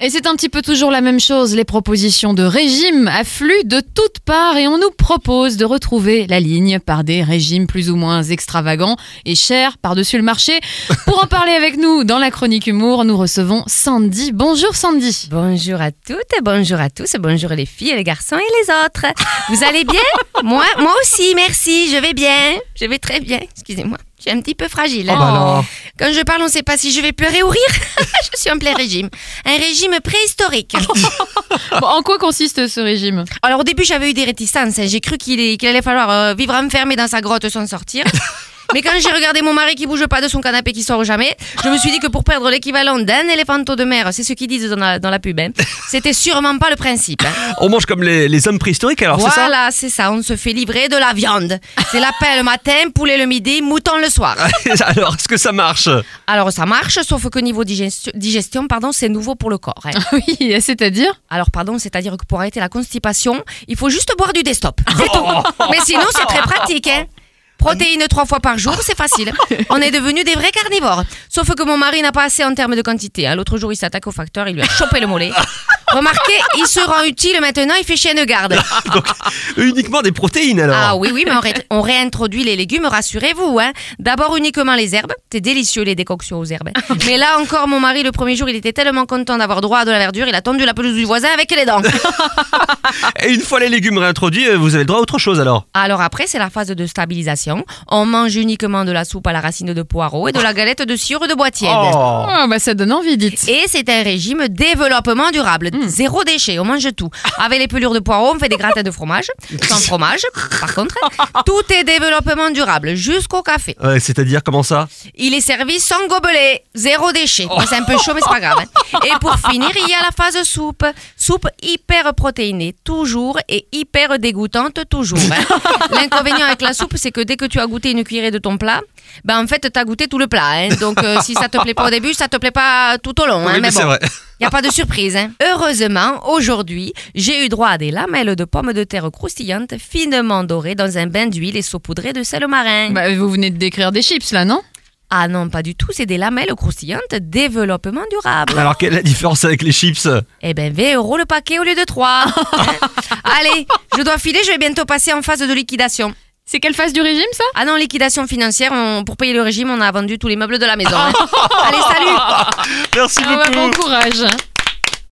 Et c'est un petit peu toujours la même chose, les propositions de régimes affluent de toutes parts et on nous propose de retrouver la ligne par des régimes plus ou moins extravagants et chers par-dessus le marché. Pour en parler avec nous dans la chronique humour, nous recevons Sandy. Bonjour Sandy. Bonjour à toutes et bonjour à tous, bonjour les filles, et les garçons et les autres. Vous allez bien Moi moi aussi, merci, je vais bien. Je vais très bien, excusez-moi. Je suis un petit peu fragile. hein. Oh bah alors. Quand je parle, on ne sait pas si je vais pleurer ou rire. je suis en plein régime. Un régime préhistorique. Bon, en quoi consiste ce régime Alors au début, j'avais eu des réticences. hein. J'ai cru qu'il est- qu'il allait falloir euh, vivre enfermé dans sa grotte sans sortir. Mais quand j'ai regardé mon mari qui bouge pas de son canapé qui sort jamais, je me suis dit que pour perdre l'équivalent d'un éléphanto de mer, c'est ce qu'ils disent dans la, dans la pub, hein, c'était sûrement pas le principe. hein. On mange comme les, les hommes préhistoriques alors, c'est ça voilà, c'est ça, on se fait livrer de la viande. C'est la paix le matin, poulet le midi, mouton le soir. Alors, est-ce que ça marche Alors ça marche, sauf que niveau digestion, digestion pardon, c'est nouveau pour le corps. hein. Oui, c'est-à-dire Alors pardon, c'est-à-dire que pour arrêter la constipation, il faut juste boire du destop. C'est tout. Mais sinon, c'est très pratique. Hein. Protéines trois fois par jour, c'est facile. On est devenus des vrais carnivores. Sauf que mon mari n'a pas assez en termes de quantité. hein. L'autre jour, il s'attaque au facteur, il lui a chopé le mollet. Remarquez, il se rend utile maintenant, il fait chien de garde. Donc, uniquement des protéines alors Ah oui, oui, mais on, ré- on réintroduit les légumes, rassurez-vous. Hein. D'abord uniquement les herbes. C'est délicieux les décoctions aux herbes. Mais là encore, mon mari, le premier jour, il était tellement content d'avoir droit à de la verdure, il a tendu la pelouse du voisin avec les dents. Et une fois les légumes réintroduits, euh, vous avez le droit à autre chose alors Alors après, c'est la phase de stabilisation. On mange uniquement de la soupe à la racine de poireau et de la galette de sirop de bois tiède. Oh. Ah, bah, Ça donne envie, dites. Et c'est un régime développement durable. Zéro déchet, on mange tout. Avec les pelures de poireaux, on fait des gratins de fromage. Sans fromage, par contre, tout est développement durable, jusqu'au café. Ouais, C'est-à-dire comment ça Il est servi sans gobelet, zéro déchet. Oh. Bon, c'est un peu chaud, mais c'est pas grave. hein. Et pour finir, il y a la phase soupe. Soupe hyper protéinée, toujours, et hyper dégoûtante, toujours. hein. L'inconvénient avec la soupe, c'est que dès que tu as goûté une cuillerée de ton plat, ben en fait, tu as goûté tout le plat. hein. Donc, euh, si ça te plaît pas au début, ça te plaît pas tout au long. hein. Oui, mais mais c'est bon. vrai. Il n'y a pas de surprise. hein. Heureusement, aujourd'hui, j'ai eu droit à des lamelles de pommes de terre croustillantes finement dorées dans un bain d'huile et saupoudrées de sel marin. Bah, vous venez de décrire des chips là, non Ah non, pas du tout, c'est des lamelles croustillantes développement durable. Alors, quelle est la différence avec les chips Eh ben, 20 euros le paquet au lieu de 3. Allez, je dois filer, je vais bientôt passer en phase de liquidation. C'est quelle phase du régime ça Ah non, liquidation financière, on- pour payer le régime, on a vendu tous les meubles de la maison. hein. Allez, salut Merci Ah bah, beaucoup Bon courage